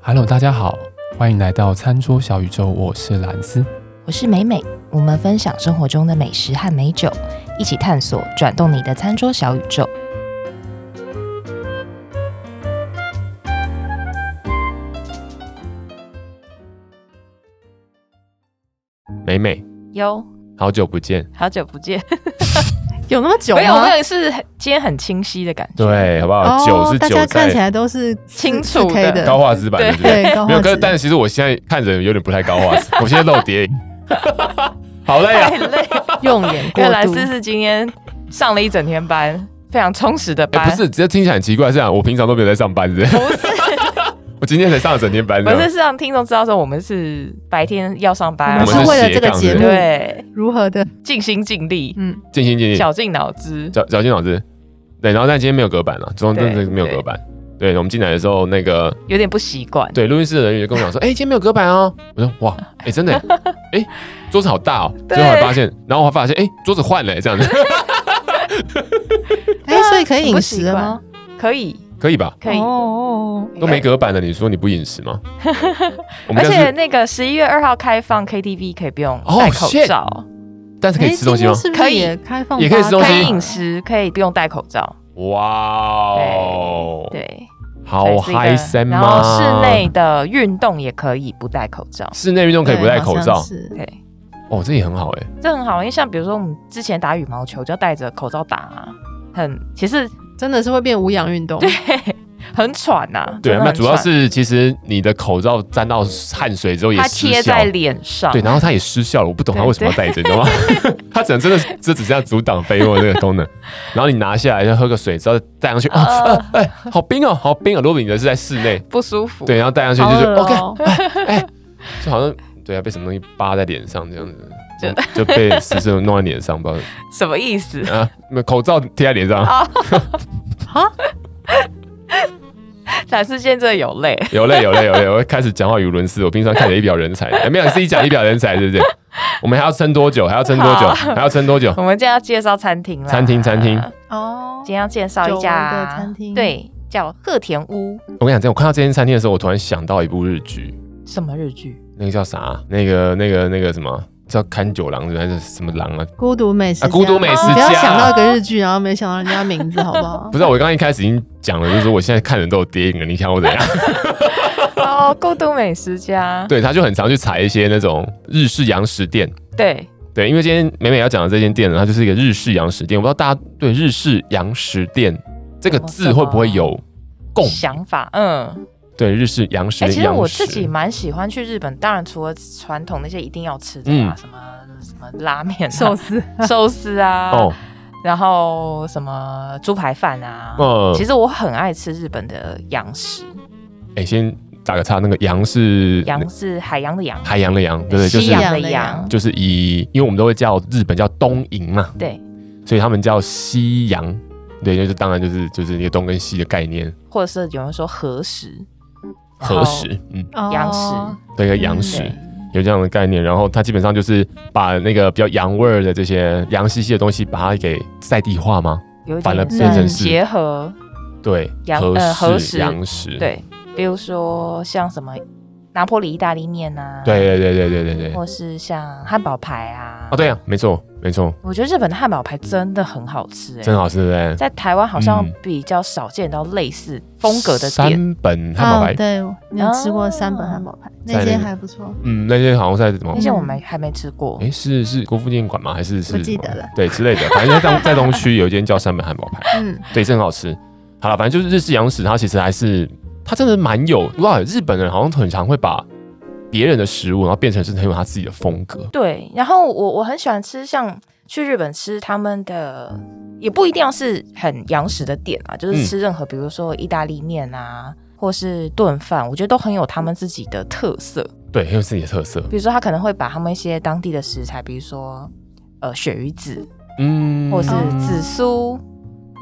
Hello，大家好，欢迎来到餐桌小宇宙，我是蓝斯。我是美美，我们分享生活中的美食和美酒，一起探索转动你的餐桌小宇宙。美美，有，好久不见，好久不见，有那么久吗？没有，那个是很今天很清晰的感觉。对，好不好？哦啊酒、是大酒家看起在来都是清楚 K 的的，高画质版的，对不对？对高没有，画可是质。但其实我现在看人有点不太高 画质，我现在漏碟影，好累啊！太累，用眼因过为莱度斯是今天上了一整天班，非常充实的哎、班。不是，这听起来很奇怪，是啊，我平常都没有在上班 的，不是，我今天才上了整天班不是，的。是让听众知道说我们是白天要上班，我们是为了这我个节们是斜杠的目对如何的，尽心尽力，嗯，静心静心，绞尽脑汁。小小金老师，对，然后但今天没有隔板了，啊中真的对没有对隔板。对，我们进来的时候，那个有点不习惯，对，录音室的人员就跟我讲 说：“哎、今天没有隔板哦。”我说：“哇，哎、真的、欸，哎、桌子好大哦。”对最后才发现，然后我还发现，哎、桌子换了、这样子 哎，所以可以饮食了啊很吗？可以，可以吧？可以。哦，都没隔板的，你说你不饮食 吗？我们而但且是那个十一月二号开放 KTV 可以不用哦戴口 shit 罩，但是可以哎吃东西吗今天？是不可是以也开放吧？也可以吃东西可以饮食，可以不用戴口罩。哇哦，对，好嗨森然后吗？室内的运动也可以不戴口罩，室内运动可以不戴口对好罩像是对，哦，这也很好哎、这很好，因为像比如说我们之前打羽毛球就要戴着口罩打、啊，很其实真的是会变无氧运动。很喘呐、啊。对，真的那很主要喘是其实你的口罩沾到汗水之后也它失贴效在。脸上，对，然后它也失效了，我不懂它为什么要戴着，你知道吗？它只能真的是这只剩下阻挡飞沫这个功能。然后你拿下来，就喝个水，之后戴上去，啊，呃啊哎，好冰哦，好冰哦。如果你的是在室内，不舒服。对，然后戴上去好就是恶 OK，哎哦就好像对啊，被什么东西扒在脸上这样子，就就被死死地弄在脸上，不知道什么意思？ 啊，那口罩贴在脸上，展示现在有泪，有嘞有嘞有嘞，我开始讲话语无伦次，我平常看起来一表人才，哎，没有你自己讲一表人才，对不对？我们还要撑多久？还要撑多久？还要撑多久？我们今天要介绍餐厅啦。餐厅餐厅哦，今天要介绍一久家闻的餐厅对，叫鹤田屋。我跟你讲，这样我看到这间餐厅的时候，我突然想到一部日剧，什么日剧？那个叫啥？那个、那个、那个什么叫看九郎还是什么郎啊？孤独美食家啊孤独美食家你不要想到一个日剧，然后没想到人家名字，好不好嗯不？是，我刚刚一开始已经讲了，就是我现在看人都有跌影了，你想我 怎样？哦，孤独美食家。对，他就很常去踩一些那种日式洋食店。对，对，因为今天美美要讲的这间店呢，它就是一个日式洋食店。我不知道大家对日式洋食店这个字会不会有共？想法，嗯，对，日式洋食哎、店、其实洋我食自己蛮喜欢去日本，当然除了传统那些一定要吃的啊，嗯什么什么拉面、啊、寿司， 寿司啊，哦，然后什么猪排饭啊。嗯其实我很爱吃日本的洋食，哎、先打个岔，那个洋是洋是海洋的洋，海洋的洋，对对，就西是洋的西洋的洋洋，就是以，因为我们都会叫日本叫东瀛嘛，对，所以他们叫西洋。对，就是当然就是就是那个东跟西的概念，或者是有人说和食，然后和食，嗯，洋食，哦对，一个洋食、对有这样的概念。然后它基本上就是把那个比较洋味儿的这些洋兮兮的东西，把它给在地化吗？有一反而点变成是结合，对，洋和呃和食食洋食，对，比如说像什么拿破里意大利面啊，，对对对对对对对。或是像汉堡排啊，哦，对呀、没错没错，我觉得日本的汉堡排真的很好吃、欸，真好吃，对不对？在台湾好像嗯比较少见到类似风格的店，三本汉堡排哦，对，你有吃过三哦本汉堡排，在那那个间还不错。嗯，那些好像在什么那？些我们还没吃过。哎，是是国父纪念馆吗？还是是不记什么得了？对，之类的，反正在东在东区有一间叫三本汉堡排，嗯，对，这很好吃。好了，反正就是日式洋食，它其实还是它真的蛮有哇，日本人好像很常会把别人的食物，然后变成是很有他自己的风格。对，然后我我很喜欢吃像去日本吃他们的，也不一定要是很洋食的店啊，就嗯是吃任何，比如说意大利面啊。或是炖饭，我觉得都很有他们自己的特色。对，很有自己的特色。比如说，他可能会把他们一些当地的食材，比如说，呃，鳕鱼子嗯或是紫苏，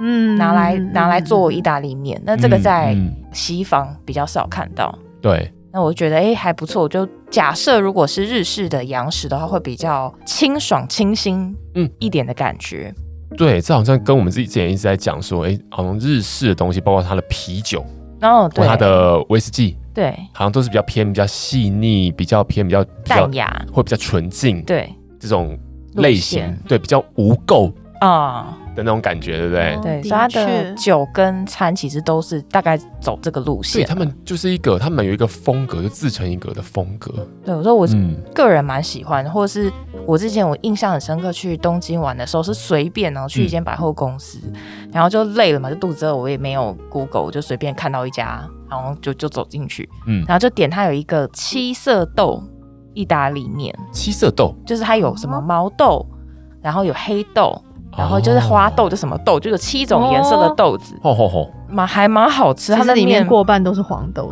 嗯拿来拿来做意大利面。那这个在嗯西方比较少看到。对，那我觉得诶还不错，我就假设如果是日式的洋食的话，会比较清爽清新，嗯嗯一点的感觉。对，这好像跟我们自己之前一直在讲说，哎，好像日式的东西，包括它的啤酒，然后或对它的威士忌，对，好像都是比较偏比较细腻，比较偏比较比较淡雅，会比较纯净对这种路类型线，对，比较无垢啊、的那种感觉，对不对？哦对，的所以它的确酒跟餐其实都是大概走这个路所以线。他们就是一个，他们有一个风格，就自成一格的风格。对我说我嗯，个人蛮喜欢，或者是我之前我印象很深刻，去东京玩的时候是随便然后去一间百货公司，嗯然后就累了嘛，就肚子饿，我也没有 Google，我就随便看到一家，然后就就走进去，嗯然后就点它有一个七色豆意大利面，七色豆，就是它有什么毛豆，然后有黑豆，然后就是花哦豆，就什么豆，就有七种颜色的豆子，哦，吼吼吼，蛮还蛮好吃，它其的实里面面过半都是黄豆，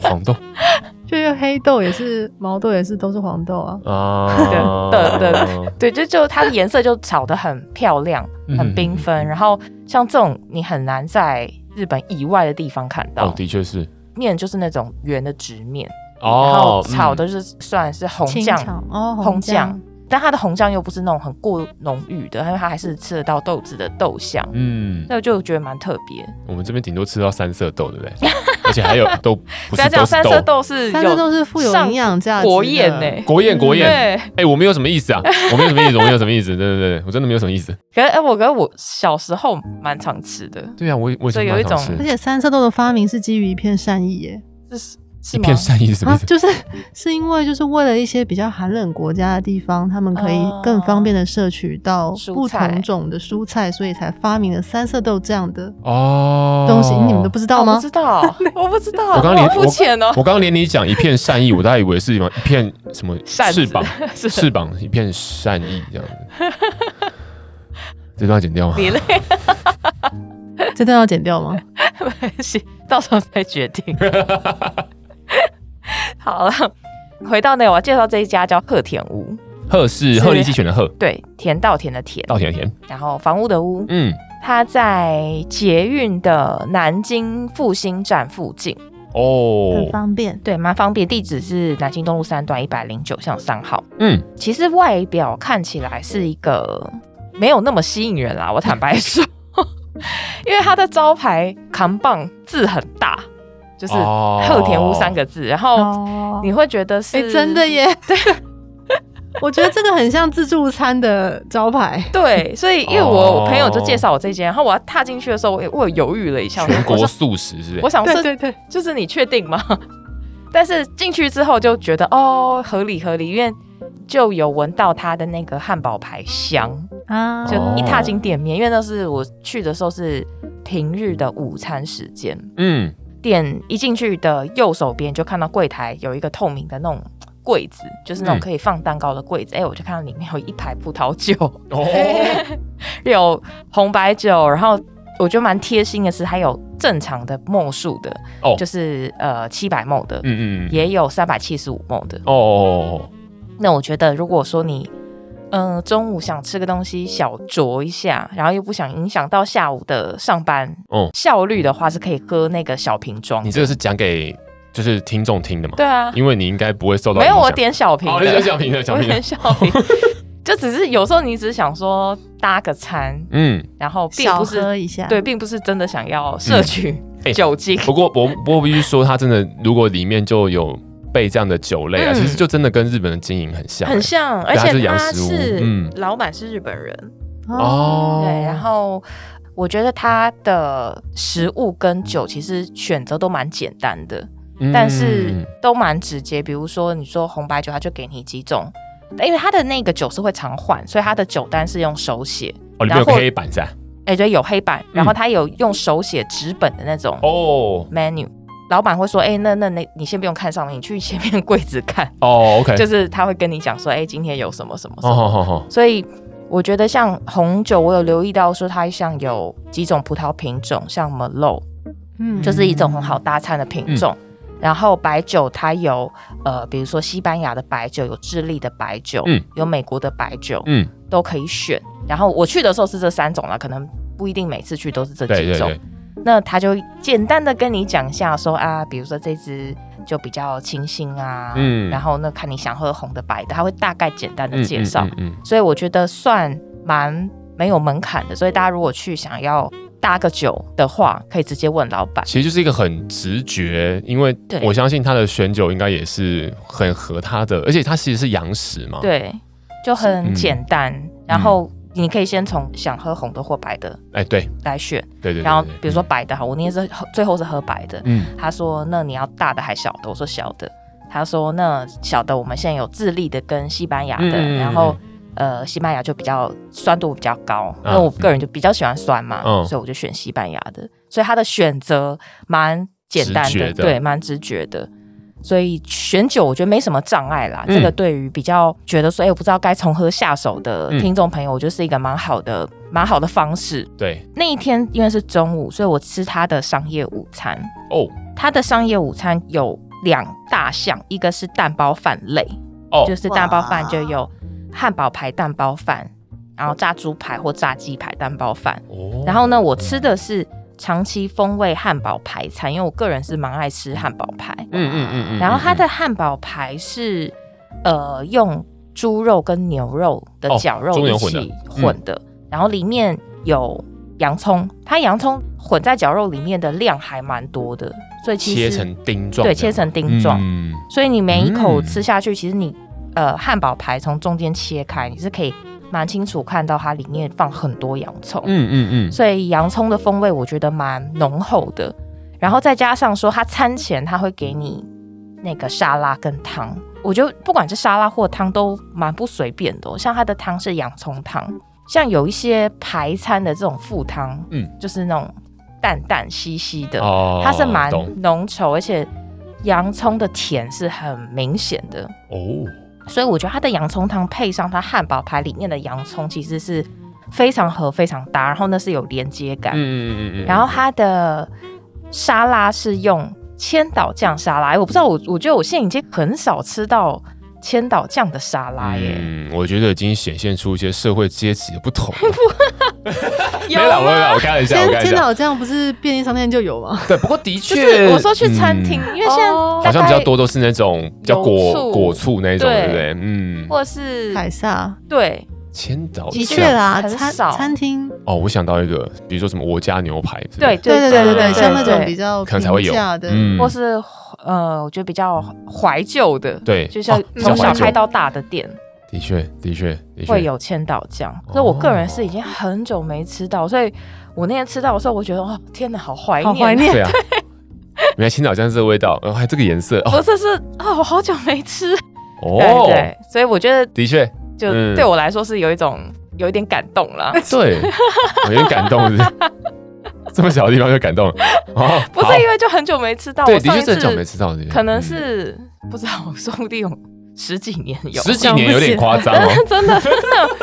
黄 豆 就是黑豆也是，毛豆也是，都是黄豆啊。啊，对对对，就就它的颜色就炒得很漂亮，嗯很缤纷。然后像这种你很难在日本以外的地方看哦到，，的确是面就是那种圆的直面，然后哦，炒嗯的就是算是红清酱，炒哦，红红酱，但它的红酱又不是那种很过浓郁的，因为它还是吃得到豆子的豆香。嗯，那我就觉得蛮特别，我们这边顶多吃到三色豆，对不 对？而且还有都不不要是这样，都是三色豆是三色有豆是富有上营养价值的。国宴欸呢，国宴国宴，嗯对，哎，我没有什么意 思啊，我没有什么意思，我没有什么意思，对对对，我真的没有什么意思。可是哎，我觉得我小时候蛮常吃的，对啊，我我以所前以有蛮一常种而吃且三色豆的发明是基于一片善意耶，是是一吗片善意是什么啊意，思？就是 是因为就是为了一些比较寒冷国家的地方，他们可以哦更方便的摄取到蔬不菜同种的蔬菜，所以才发明了三色豆这样的哦，东西。你们都不知道哦我吗不？知道， 我不知道，我刚刚好连肤浅哦， 我刚刚连你讲一片善意，我大概以为是什么一片什么扇子翅膀， 是翅膀一片善意这样子。这段要剪掉吗？你累这段要剪掉吗？没关系， 到时候再决定。 好了，回到那个我要介绍这一家叫鹤田屋，鹤是是鹤立鸡群的鹤，对，田稻田的田，稻田的田。然后房屋的屋，嗯，它在捷运的南京复兴站附近，很哦，方便，对，蛮方便。地址是南京东路三段一百零九巷三号。嗯，其实外表看起来是一个没有那么吸引人啦，我坦白说， 因为它的招牌扛棒字很大，就是哦鹤田屋三个字，然后哦，你会觉得是、哎，真的耶， 对。我觉得这个很像自助餐的招牌，对，所以因为哦我我朋友就介绍我这间，然后我要踏进去的时候，我也我有犹豫了一下，我全说我国说素食是不我是？想对是对对，就是你确定吗？ 但是进去之后就觉得哦合理合理，因为就有闻到它的那个汉堡排香，啊就哦一踏进店面，因为那是我去的时候是平日的午餐时间，嗯，店一进去的右手边就看到柜台有一个透明的那种柜子，就是那种嗯可以放蛋糕的柜子。哎、我就看到里面有一排葡萄酒， 哦，有红白酒，然后我觉得蛮贴心的是，还有正常的墨数的，哦就是呃七百墨的， 嗯嗯，嗯也有三百七十五墨的。哦哦，哦那我觉得，如果说你，嗯、中午想吃个东西小酌一下，然后又不想影响到下午的上班哦效率的话，是可以喝那个小瓶装你。这个是讲给就是听众听的嘛？对啊，因为你应该不会受到没有影响我点小瓶哦，的，你讲小瓶的小我瓶的点，小瓶， 就只是有时候你只是想说搭个餐，嗯。然后并小不是喝一下，对，，并不是真的想要摄取哎酒精。不过我不过必须说，它真的如果里面就有备这样的酒类啊，嗯其实就真的跟日本的经营很像、很欸像，而对它且是洋他食物是嗯老板是日本人，哦。对，然后我觉得它的食物跟酒其实选择都蛮简单的，嗯但是都蛮直接。比如说你说红白酒，它就给你几种，因为它的那个酒是会常换，所以它的酒单是用手写，哦，里面然有后黑板噻，哎，对，有黑嗯板，然后它有用手写纸本的那种哦 menu。老板会说：“哎、那那那，你先不用看上面，你去前面柜子看，哦，OK，就是他会跟你讲说，哎、今天有什么什么什么。哦好好好，所以我觉得像红酒，我有留意到说它像有几种葡萄品种，像 Merlot 嗯就是一种很好搭餐的品种。嗯然后白酒它有呃，比如说西班牙的白酒，有智利的白酒，嗯有美国的白酒，嗯，都可以选。然后我去的时候是这三种啦，可能不一定每次去都是这对几对种。对，那他就简单的跟你讲一下说啊，比如说这支就比较清新啊，嗯然后那看你想喝红的白的，他会大概简单的嗯介绍。嗯嗯嗯所以我觉得算蛮没有门槛的。所以大家如果去想要搭个酒的话，可以直接问老板。其实就是一个很直觉，因为对我相信他的选酒应该也是很合他的，而且他其实是洋食嘛，，对，就很哦嗯简单。然后你可以先从想喝红的或白的哎，对对来选，对对，然后对比如说，白的哈，我那天是喝最后是喝白的。嗯，他说：“那你要大的还小的？”我说：“小的。”他说：“那小的我们现在有智利的跟西班牙的，嗯然后呃，西班牙就比较酸度比较高，嗯因为我个人就比较喜欢酸嘛，嗯所以我就选西班牙的。所以他的选择蛮简单直觉的，的对，蛮直觉的。”所以选酒我觉得没什么障碍啦，嗯这个对于比较觉得说，哎、我不知道该从何下手的嗯听众朋友，我觉得是一个蛮好的、蛮好的方式。对那一天因为是中午，所以我吃他的商业午餐。哦它的商业午餐有两大项，一个是蛋包饭类，哦就是蛋包饭哇就有汉堡排蛋包饭，然后炸猪排或炸鸡排蛋包饭。哦，然后呢，我吃的是长期风味汉堡排餐，因为我个人是蛮爱吃汉堡排。嗯嗯嗯嗯，然后它嗯的汉堡排是呃用猪肉跟牛肉的哦绞肉中一原混的起混的，然后里面有洋葱，它洋葱混在绞肉里面的量还蛮多的，所以嗯其切实成丁状这样，对切成丁状，嗯所以你每一口嗯吃下去，其实你呃汉堡排从中间切开，你是可以蛮清楚看到它里面放很多洋葱。嗯嗯嗯，所以洋葱的风味我觉得蛮浓厚的。然后再加上说，它餐前它会给你那个沙拉跟汤，我觉得不管是沙拉或汤都蛮不随便的哦、像它的汤是洋葱汤，像有一些排餐的这种副汤，嗯嗯，就是那种淡淡稀稀的，哦它是蛮懂浓稠，而且洋葱的甜是很明显的。哦，所以我觉得它的洋葱汤配上它汉堡排里面的洋葱，其实是非常合、非常搭，然后那是有连接感。嗯嗯嗯嗯，然后它的沙拉是用千岛酱沙拉，哎我不知道我，我觉得我现在已经很少吃到千岛酱的沙拉耶，嗯，我觉得已经显现出一些社会阶级的不 同了。嗯没有啊啦，我没有啦我开玩笑，我开千玩千笑。岛酱不是便利商店就有吗？对，不过的就确，是我说去餐厅，嗯因为现在哦好大像比概较多都是那种比较油果醋果醋那种，对对不对？嗯，或是凯撒对千岛的酱确啦，很餐少餐厅哦，我想到一个，比如说什么我家牛排之类对的，对对对对对对，像那种对比较可能才会有平价的，嗯，或是呃，我觉得比较怀旧的，对，就哦像比较从小怀旧开到大的店的确的确的确哦会有千岛酱，所以我个人是已经很久没吃到，所以我那天吃到的时候，我觉得哦，天哪，好怀好念，怀念。对啊。原来青岛酱是这个味道，然后还有这个颜色 不哦是是啊，我好久没吃，对哦，对，所以我觉得的确就嗯对我来说是有一种有一点感动 啦，对，哦我有点感动是不是 这么小的地方就感动了哦，不好是因为就很久没吃到，对，我的上确一是很久没次吃到的，可能嗯是不知 道，说不定有十几年有，十几年有点夸张真哦。的 真的真的，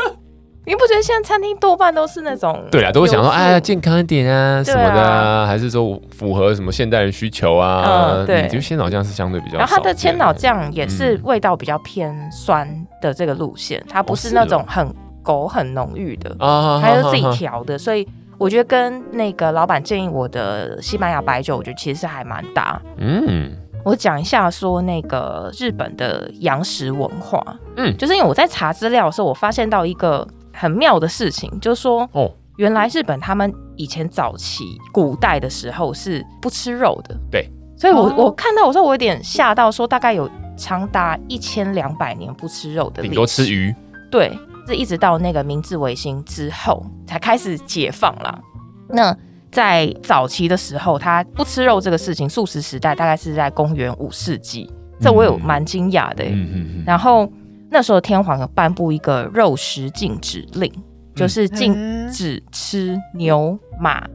你不觉得现在餐厅多半都是那种 对啦，都会想说，有素哎，健康一点啊，什对啊么的啊，还是说符合什么现代人需求啊？嗯对嗯就千岛酱是相对比较少见。嗯然后它的千岛酱也是味道比较偏酸的这个路线，它不是那种很狗很浓郁的，哦啊，它是自己哈哈哈调的，所以我觉得跟那个老板建议我的西班牙白酒，我觉得其实是还蛮搭。嗯，我讲一下说那个日本的洋食文化，嗯嗯，就是因为我在查资料的时候，我发现到一个很妙的事情，就是说哦，原来日本他们以前早期古代的时候是不吃肉的，对，所以我、哦我看到我说我有点吓到，说大概有长达一千两百年不吃肉的历顶史，多吃鱼对，是一直到那个明治维新之后才开始解放啦。那在早期的时候，他不吃肉这个事情，素食时代大概是在公元五世纪，这我有蛮惊讶的欸、嗯嗯嗯，然后那时候天皇有颁布一个肉食禁止令，就是禁嗯止吃牛、马、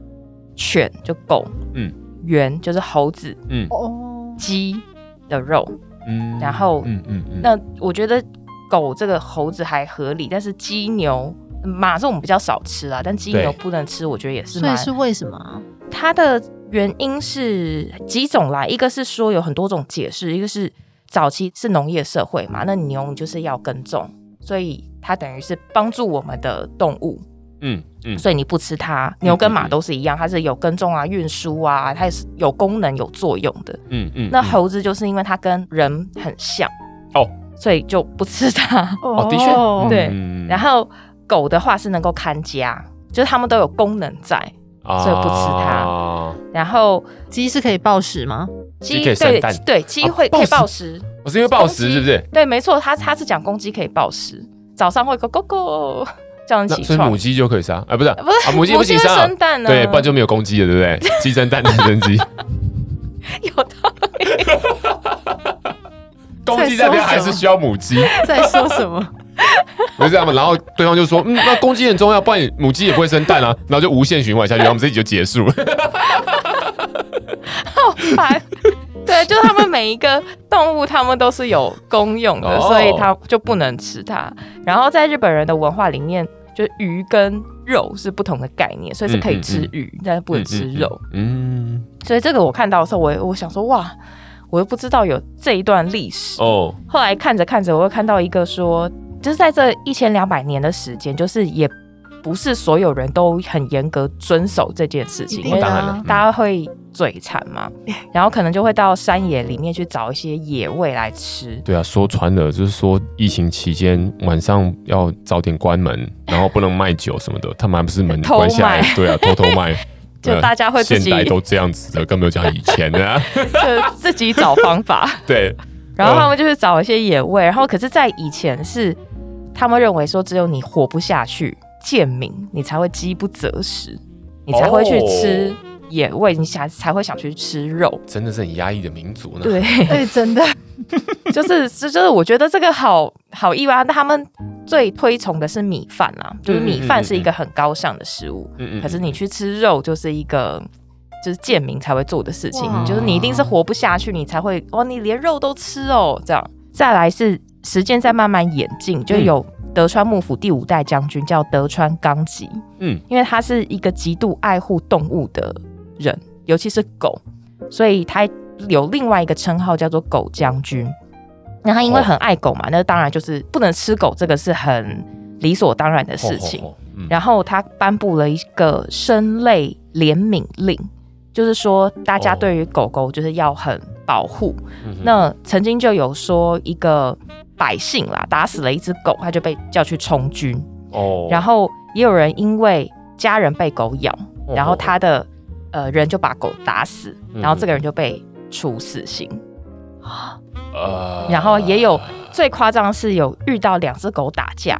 犬就狗，嗯嗯，猿就是猴子、嗯哦，鸡的肉。嗯然后嗯嗯嗯那我觉得狗这个猴子还合理，但是鸡牛。马这我们比较少吃啦，但鸡对牛不能吃，我觉得也是所蛮以。是为什么啊？它的原因是几种啦，一个是说有很多种解释，一个是早期是农业社会嘛，那牛你就是要耕种，所以它等于是帮助我们的动物，嗯嗯，所以你不吃它，牛跟马都是一样，它是有耕种啊、运输啊，它也是有功能有作用的。嗯嗯，那嗯猴子就是因为它跟人很像哦，所以就不吃它。哦的确哦对嗯然后狗的话是能够看家，就是它们都有功能在，啊所以不吃它。然后鸡是可以暴食吗？鸡可以散对蛋对鸡啊会可暴以食暴食，我哦是因为暴食，是不是？对，没错，他他是讲公鸡可以暴食，早上会咯咯咯叫人那起所以床 母，鸡就可以杀，啊，不是啊，不是啊母鸡不行会杀啊生，蛋呢，对，不然就没有公鸡了，对不 对？鸡生蛋，蛋生鸡，有道理。公鸡在那边还是需要母鸡， 在说什么？不是这样吗？然后对方就说，嗯，那公鸡很重要，不然母鸡也不会生蛋啊，然后就无限循环下去，然后我们这一集就结 束了。烦。 对，就是他们每一个动物，他们都是有公用的，哦所以它就不能吃它。然后在日本人的文化里面，就是鱼跟肉是不同的概念，所以是嗯可以吃鱼，但是不能吃肉。嗯，嗯，嗯所以这个我看到的时候，我也我想说，哇，我又不知道有这一段历史。哦，后来看着看着，我又看到一个说，就是在这一千两百年的时间，就是也不是所有人都很严格遵守这件事情，一因定为的哦当啊然了，大家会嘴馋嘛，然后可能就会到山野里面去找一些野味来吃。对啊，说穿了就是说，疫情期间晚上要早点关门，然后不能卖酒什么的，他们还不是门偷关下来卖，对啊，偷偷卖。 就对啊大家会自己现代都这样子的，更没有讲以前的、 啊。就自己找方法，对，然后他们就是找一些野味，然后可是，在以前是他们认为说，只有你活不下去，贱民，你才会饥不择食，你才会去吃野味，你才才会想去吃肉。真的是很压抑的民族呢。对， 哎，真的，就是是就是，我觉得这个好好意外啊。但他们最推崇的是米饭啊，就是米饭是一个很高尚的食物，嗯，嗯嗯可是你去吃肉就是一个就是贱民才会做的事情哇，就是你一定是活不下去，你才会哇，你连肉都吃哦，这样。再来是时间在慢慢演进，就有德川幕府第五代将军叫德川纲吉，嗯嗯，因为他是一个极度爱护动物的人，尤其是狗，所以他有另外一个称号叫做狗将军。那他因为哦很爱狗嘛，那当然就是不能吃狗，这个是很理所当然的事情。吼吼吼嗯然后他颁布了一个生类怜悯令，就是说大家哦对于狗狗就是要很保护。嗯哼那曾经就有说一个百姓啦，打死了一只狗，他就被叫去充军。哦然后也有人因为家人被狗咬，哦然后他的呃人就把狗打死，嗯然后这个人就被处死刑。呃然后也有最夸张的是有遇到两只狗打架，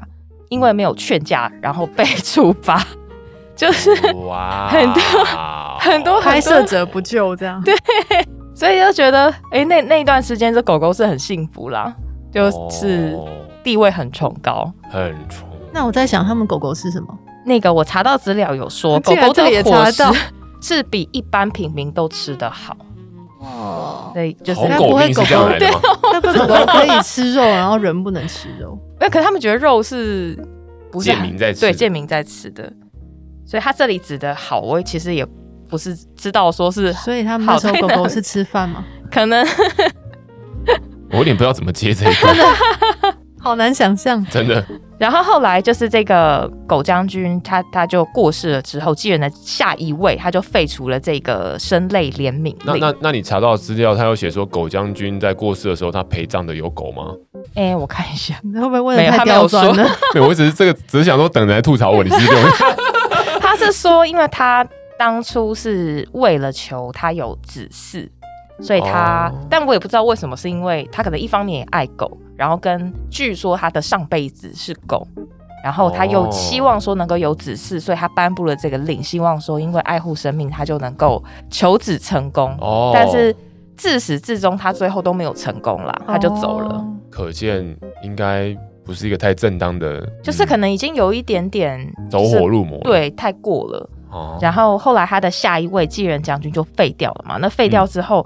因为没有劝架，然后被处罚， 就是。哇，哦很多很多 拍摄者不救这样。对，所以就觉得，哎、那那一段时间，这狗狗是很幸福啦，就是哦地位很崇高。很冲。那我在想，他们狗狗是什 么？那个我查到资料有说，狗竟然狗的这个也伙查食到 是比一般平民都吃得好，哦，所以就是好该狗不会命是狗这样狗来的吗？ 那不是狗狗可以吃肉，然后人不能吃肉。那可是他们觉得肉是不是啊贱民在吃对的贱民在吃的，所以他这里指的好，我其实也不是知道说是所以他们那时候好狗在哪狗是吃饭吗？可能我有点不知道怎么接这一 个， 好难想象。真的。然后后来就是这个狗将军他他就过世了之后，继任的下一位他就废除了这个生类怜悯那 令。那那你查到的资料，他有写说狗将军在过世的时候，他陪葬的有狗吗？ 哎、我看一下，你会不会问没有的太他没有刁钻说 了？对我只是这个，只是想说等人来吐槽我，你是 这种。他是说，因为他当初是为了求他有子嗣，所以他，哦但我也不知道为什么，是因为他可能一方面也爱狗，然后跟据说他的上辈子是狗。然后他又哦希望说能够有子嗣，所以他颁布了这个令，希望说因为爱护生命，他就能够求子成功。哦但是自始至终他最后都没有成功啦，他就走了。哦。可见应该不是一个太正当的，就是可能已经有一点点嗯走火入魔。就是，对，太过了。哦，然后后来他的下一位继任将军就废掉了嘛，那废嗯掉之后。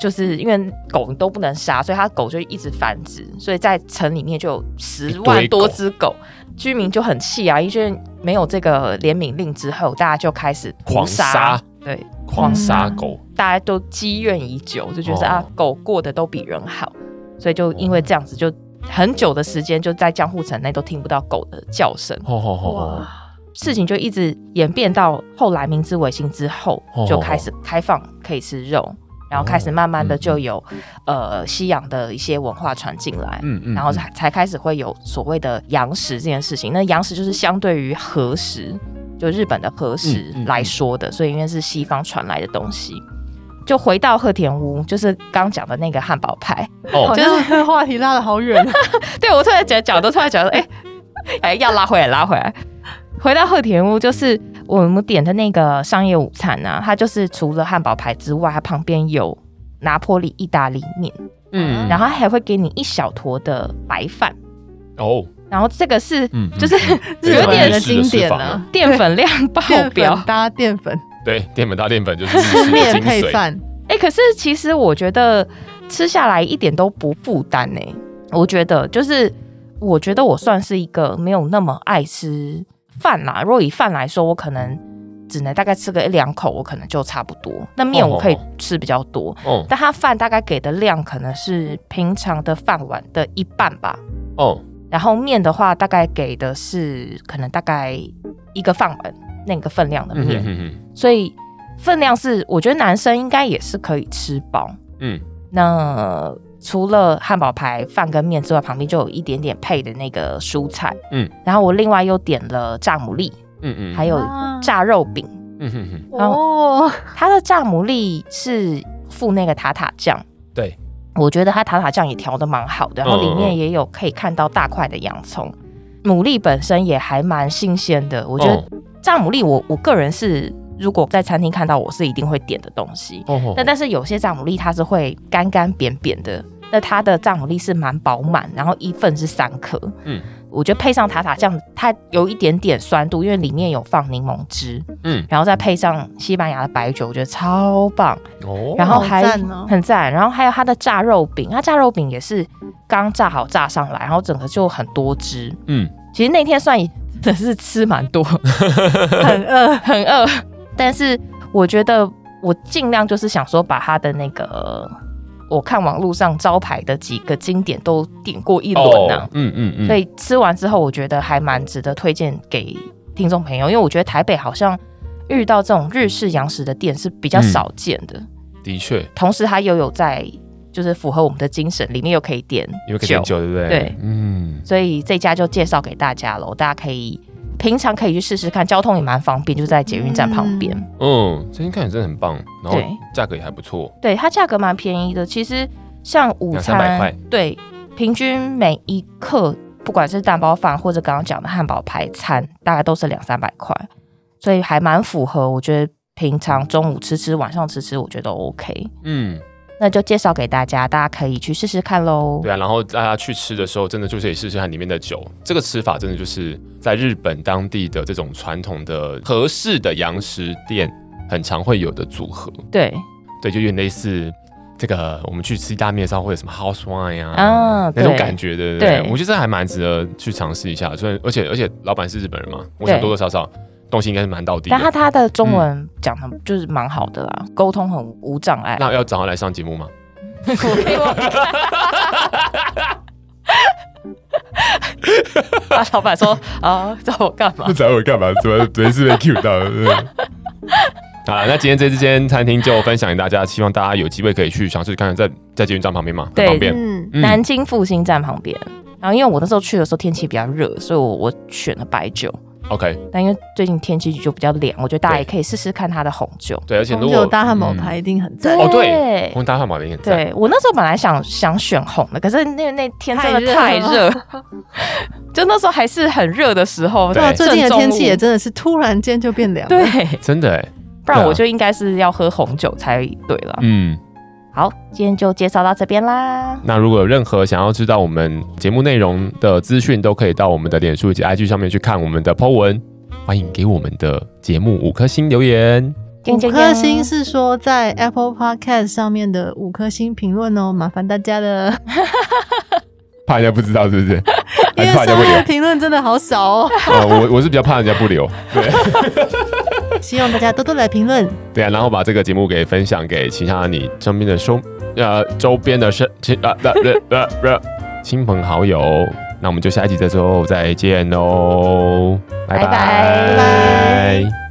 就是因为狗都不能杀，所以他狗就一直繁殖，所以在城里面就有十万一堆狗多只狗，居民就很气啊，因为没有这个怜悯令之后，大家就开始屠狂杀，对，狂杀狗，大家都积怨已久，就觉得、哦啊，狗过得都比人好，所以就因为这样子，就很久的时间就在江户城内都听不到狗的叫声，吼吼吼吼！哇，事情就一直演变到后来明治维新之后哦，就开始开放可以吃肉，然后开始慢慢嗯的就有呃西洋的一些文化传进来。嗯嗯然后才才开始会有所谓的洋食这件事情。那洋食就是相对于和食，就日本的和食嗯嗯嗯来说的，所以因为是西方传来的东西。就回到鹤田屋，就是刚讲的那个汉堡派。 哦好，像话题拉的好远，啊 对我突然觉得脚都突然觉得，哎、哎、要拉回来，拉回来。回到鹤田屋，就是我们点的那个商业午餐啊，它就是除了汉堡排之外，它旁边有拿坡里意大利面，嗯然后它还会给你一小坨的白饭，哦，然后这个是嗯，就是嗯有点日式的经典吃法啊，淀粉量爆淀表粉。搭 淀粉，对，淀粉大淀粉就是日式的面精配髓，饭，哎、可是其实我觉得吃下来一点都不负担呢。我觉得就是，我觉得我算是一个没有那么爱吃饭啦。若以饭来说，我可能只能大概吃个一两口，我可能就差不多。那面我可以哦吃比较多，哦但它饭大概给的量可能是平常的饭碗的一半吧。哦，然后面的话，大概给的是可能大概一个饭碗那个分量的嗯面，哼哼哼所以分量是我觉得男生应该也是可以吃饱。嗯，那除了汉堡排饭跟面之外，旁边就有一点点配的那个蔬菜，嗯，然后我另外又点了炸牡蛎，嗯嗯，还有啊炸肉饼。嗯哼哼，然哦，它的炸牡蛎是附那个塔塔酱，对，我觉得它塔塔酱也调的蛮好的，然后里嗯嗯嗯面也有可以看到大块的洋葱，牡蛎本身也还蛮新鲜的，我觉得哦炸牡蛎我我个人是如果在餐厅看到我是一定会点的东西，哦那但是有些炸牡蛎它是会干干扁扁的，那它的炸牡蛎是蛮饱满，然后一份是三颗。嗯嗯，我觉得配上塔塔酱，它有一点点酸度，因为里面有放柠檬汁，嗯然后再配上西班牙的白酒，我觉得超棒。哦，然后好还赞哦很赞，然后还有它的炸肉饼，啊它炸肉饼也是刚炸好炸上来，然后整个就很多汁。嗯其实那天算真的是吃蛮多，很饿，很饿，但是我觉得我尽量就是想说把他的那个，我看网络上招牌的几个经典都点过一轮啊呢、哦嗯嗯嗯，所以吃完之后我觉得还蛮值得推荐给听众朋友，因为我觉得台北好像遇到这种日式洋食的店是比较嗯少见的，的确，同时它又有在就是符合我们的精神，里面又可以点因为可以点酒，对不对？对，嗯，所以这家就介绍给大家喽，大家可以平常可以去试试看，交通也蛮方便，就在捷运站旁边。嗯嗯，这间看起来真的很棒，然后对价格也还不错，对，它价格蛮便宜的。其实像午两三餐，百块对，平均每一克，不管是蛋包饭或者刚刚讲的汉堡排餐，大概都是两三百块，所以还蛮符合。我觉得平常中午吃吃，晚上吃吃，我觉得 OK。嗯，那就介绍给大家，大家可以去试试看喽。对啊，然后大家去吃的时候，真的就是可以试试看里面的酒，这个吃法真的就是在日本当地的这种传统的合适的洋食店很常会有的组合，对，对，就有点类似。这个我们去吃意大利面的时候会有什么 house wine 啊，啊那种对感觉，对不对？对我觉得这还蛮值得去尝试一下。虽然而且而且老板是日本人嘛，我想对多多少少东西应该是蛮到底但他的。嗯他的中文讲的就是蛮好的啦，沟通很无障碍。 那要找他来上节目吗？我可以忘记看啊，老 板说啊，找我干嘛？找我干嘛？怎么没 事被 Q 到？嗯好了，那今天这这间餐厅就分享给大家，希望大家有机会可以去尝试看看，在在捷运站旁边嘛，很对方便。嗯，嗯南京复兴站旁边。然后因为我那时候去的时候天气比较热，所以我我选了白酒。 OK，但因为最近天气就比较凉，我觉得大家对也可以试试看它的红酒。对，而且如红果酒搭汉堡排一定很赞，哦嗯对红大汉堡也很赞，对我那时候本来想想选红的，可是那那天真的太太热 热，就那时候还是很热的时候。对哇，啊最近的天气也正真的是突然间就变凉，中午，对，真的哎，不然我就应该是要喝红酒才对了。嗯。好，今天就介绍到这边啦。那如果有任何想要知道我们节目内容的资讯，都可以到我们的脸书以及 IG 上面去看我们的 po 文。欢迎给我们的节目五颗星留言。五颗星是说在 Apple Podcast 上面的五颗星评论哦，麻烦大家了， 怕人家不知道是不 是？还因为是怕人上家不面的留？评论真的好少 哦，呃，我我是比较怕人家不留。对。希望大家多多来评论。对啊，然后把这个节目给分享给其他你身边的收呃周边的身亲啊呃呃呃 呃亲朋好友。那我们就下一集再说再见喽，拜拜拜拜